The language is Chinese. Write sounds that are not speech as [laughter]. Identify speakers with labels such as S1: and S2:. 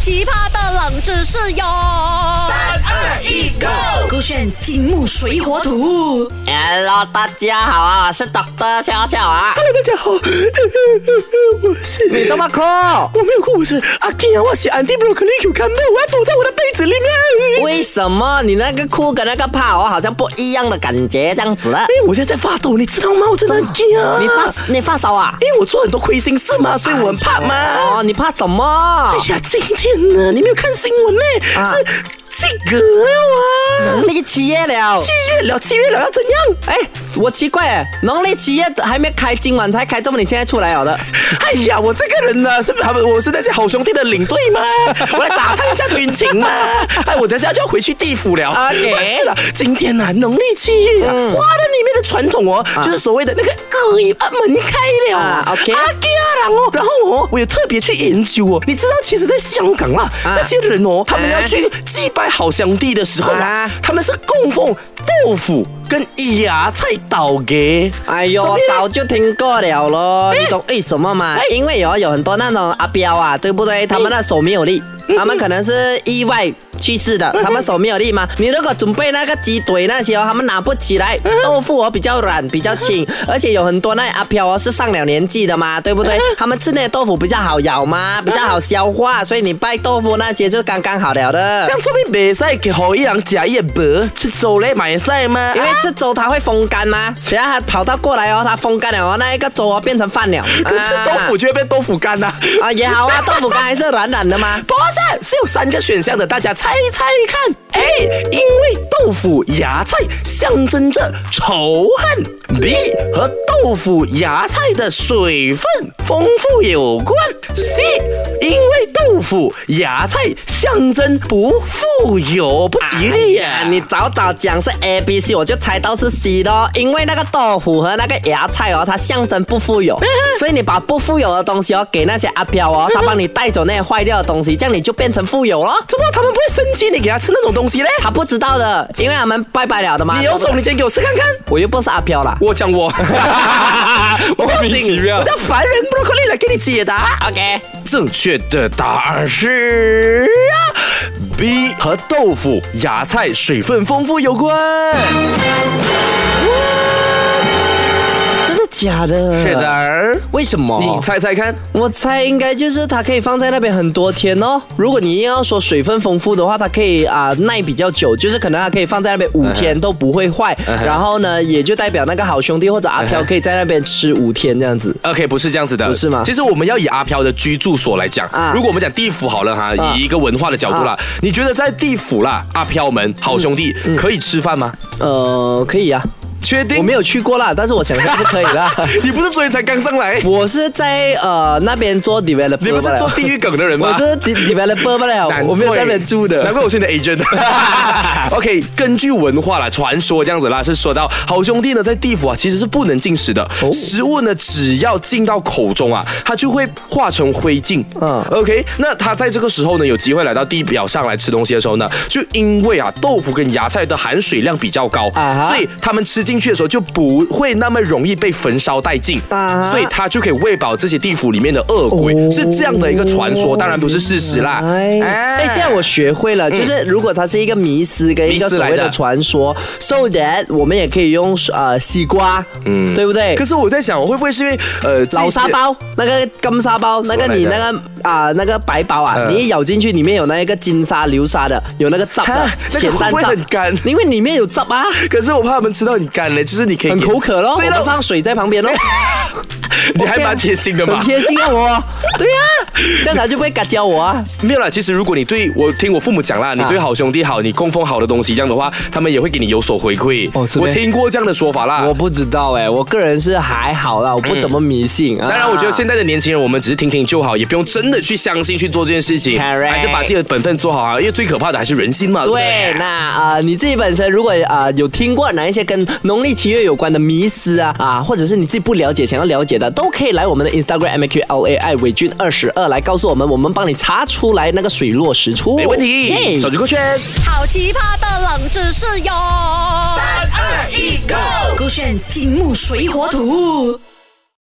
S1: 奇葩的冷知识哟！三
S2: 二一，Go！
S1: 勾选金木水火土。
S3: Hello，大家好啊，我是 Dr. 小小啊。
S2: Hello，大家好，我是 [laughs]
S3: 你这么酷？
S2: 我没有哭，我是阿 K 啊，我是 Andy Broccoli Q 看到，我要躲在我的被子里面。
S3: 为什么你那个哭跟那个怕我好像不一样的感觉这样子啊了？
S2: 哎因为我现在在发抖，你知道吗？我真的很惊啊！
S3: 你发你发烧啊？
S2: 因为我做很多亏心事嘛，所以我很怕嘛。
S3: 哦，你怕什么
S2: 哎？呀，今天呢，你没有看新闻呢？
S3: 啊
S2: 是这个了啊，
S3: 那个七月了，
S2: 七月了，七月了要怎样？
S3: 哎，我奇怪，农历七月还没开，今晚才开，怎么你现在出来了的？
S2: [laughs] 哎呀，我这个人呢、是他们，我是那些好兄弟的领队嘛， [laughs] 我来打探一下军情
S3: [laughs]
S2: 嘛。哎，我等下就要回去地府了。哎
S3: OK 嗯
S2: 是了，今天呢、农历七月啊，华人里面的传统哦，就是所谓的那个鬼把门开了。哦
S3: 啊，OK
S2: 阿基阿郎哦，然后哦，我有特别去研究哦，你知道，其实在香港啊，
S3: 啊
S2: 那些人哦，他们要
S3: 啊
S2: 去祭拜好兄弟的时候啊
S3: 啊，
S2: 他们是供奉豆腐跟芽菜倒给。
S3: 哎呦，
S2: 什么
S3: 我
S2: 意思
S3: 早就听过了咯，你懂为什么吗？因为哦有有很多那种阿彪啊，对不对？他们那手没有力，
S2: 嗯
S3: 他们可能是意外去世的，他们手没有力嘛。你如果准备那个鸡腿那些哦，他们拿不起来。
S2: 嗯
S3: 豆腐哦比较软，比较
S2: [laughs]
S3: 轻，而且有很多那阿飘哦是上了年纪的嘛，对不
S2: 嗯
S3: 对？他们吃那些豆腐比较好咬嘛，比较好消化，所以你拜豆腐那些就刚刚好了的
S2: 这。样做咪袂使给好一人食伊的白，吃粥嘞买晒吗？
S3: 因为这粥它会风干嘛，只要它跑到过来哦，它风干了哦，那一个粥哦变成饭了。
S2: [laughs] 可是豆
S3: 啊
S2: 腐就会变豆腐干呐、
S3: 啊，也好啊，豆腐干还是软软的吗？
S2: 不啊是，是有三个选项的，大家猜猜看。A，因为豆腐芽菜象征着仇恨；B，和豆腐芽菜的水分丰富有关；C，因为豆腐芽菜象征不富有、不吉利呀、
S3: 哎你早早讲是 A B C，我就猜到是 C 咯，因为那个豆腐和那个芽菜哦，它象征不富
S2: 嗯
S3: 有，所以你把不富有的东西哦给那些阿飘哦，他帮你带走那些坏掉的东西，这样你就变成富有咯。
S2: 怎么他们不会生气？你给他吃那种东西嘞？
S3: 他不知道的，因为他们拜拜了的嘛。
S2: 你有种，你先给我吃看看。
S3: 我又不是阿飘啦。
S2: 我讲我，
S4: [laughs]
S2: 我
S4: 莫名其妙
S2: 我叫凡人 broccoli 来给你解答。
S3: OK，
S2: 正确的答案是啊 B 和豆腐、芽菜水分丰富有关。
S3: 真的假的？
S2: 是。的，
S3: 为什么？
S2: 你猜猜看。
S3: 我猜应该就是它可以放在那边很多天哦。如果你硬要说水分丰富的话，它可以啊、耐比较久，就是可能它可以放在那边五天都不会坏。
S4: 嗯
S3: 然后呢，也就代表那个好兄弟或者阿飘可以在那边吃五天这样子。
S4: OK，不是这样子的，
S3: 不是吗
S4: 其实我们要以阿飘的居住所来讲，
S3: 啊
S4: 如果我们讲地府好了哈，
S3: 啊
S4: 以一个文化的角度啦，
S2: 啊
S4: 你觉得在地府啦，阿飘们好兄弟、
S2: 嗯
S4: 可以吃饭吗？
S3: 呃，可以啊，
S4: 确定？
S3: 我没有去过啦，但是我想象是可
S4: [laughs]
S3: 以啦。
S4: 你不是昨天才刚上来？
S3: 我是在呃那边做 developer，
S4: 你不是做地狱梗的人吗？
S3: 我是 de- developer 不
S4: 难，
S3: 了
S4: 怪
S3: 啊我没有在那边住的
S4: 难。怪我是你的 agent。OK，根据文化啦、传说这样子啦，是说到好兄弟呢，在地府啊，其实是不能进食的。
S3: 哦
S4: 食物呢，只要进到口中啊，它就会化成灰烬。
S3: 嗯
S4: 嗯，OK，那他在这个时候呢，有机会来到地表上来吃东西的时候呢，就因为啊，豆腐跟芽菜的含水量比较高，
S3: 啊哈
S4: 所以他们吃进去的时候就不会那么容易被焚烧殆尽，
S3: 啊哈
S4: 所以他就可以喂饱这些地府里面的恶鬼，
S3: 哦
S4: 是这样的一个传说，当然不是事实啦。
S3: 哎，哎，这样我学会了，就是如果它是一个迷思跟一
S4: 嗯
S3: 个
S4: 迷思
S3: 所
S4: 来
S3: 谓
S4: 的
S3: 的传说，so that 我们也可以用呃西瓜，嗯，对不对
S4: 可？是我在想，会不会是因为呃
S3: 老沙？包，那个金沙包，那
S4: 么
S3: 个你
S4: 来的
S3: 那个啊、那个白包啊，
S4: 嗯
S3: 你一咬进去，里面有那一个金沙流沙的，有那个汁的
S4: 哈，那
S3: 咸
S4: 个会
S3: 蛋
S4: 不会
S3: 汁
S4: 很，干？
S3: 因为里面有汁啊，
S4: 可是我怕他们吃到你干了，就是你可以
S3: 很
S4: 给
S3: 口渴咯，
S4: 对哎
S3: 我们
S4: 了，
S3: 放水在旁边咯。
S4: 你还蛮贴心的嘛
S3: 很。贴心
S4: [laughs]
S3: 啊我，对呀、这样他就不会敢教我啊。
S4: 没有啦，其实如果你对我听我父母讲啦，你对好兄弟好，你供奉好的东西，这样的话，他们也会给你有所回馈。
S3: 哦是咩
S4: 我听过这样的说法啦
S3: 我。不知道哎、我个人是还好啦，我不怎么迷信。
S4: 啊当然，我觉得现在的年轻人，我们只是听听就好，也不用真的去相信去做这件事情，
S3: Correct
S4: 还是把自己的本分做好啊。因为最可怕的还是人心嘛。不
S3: 对，那啊、呃你自己本身如果啊、呃有听过哪一些跟农历七月有关的迷思啊啊，或者是你自己不了解想要了解的，都可以来我们的 Instagram M A Q L A I 伟俊二十二来告诉我们，我们帮你查出来那个水落石出。
S4: 没问题，
S3: 耶
S4: 手举过圈。
S1: 好奇葩的冷知识哟！三二一，Go！
S5: 勾选金木水火土。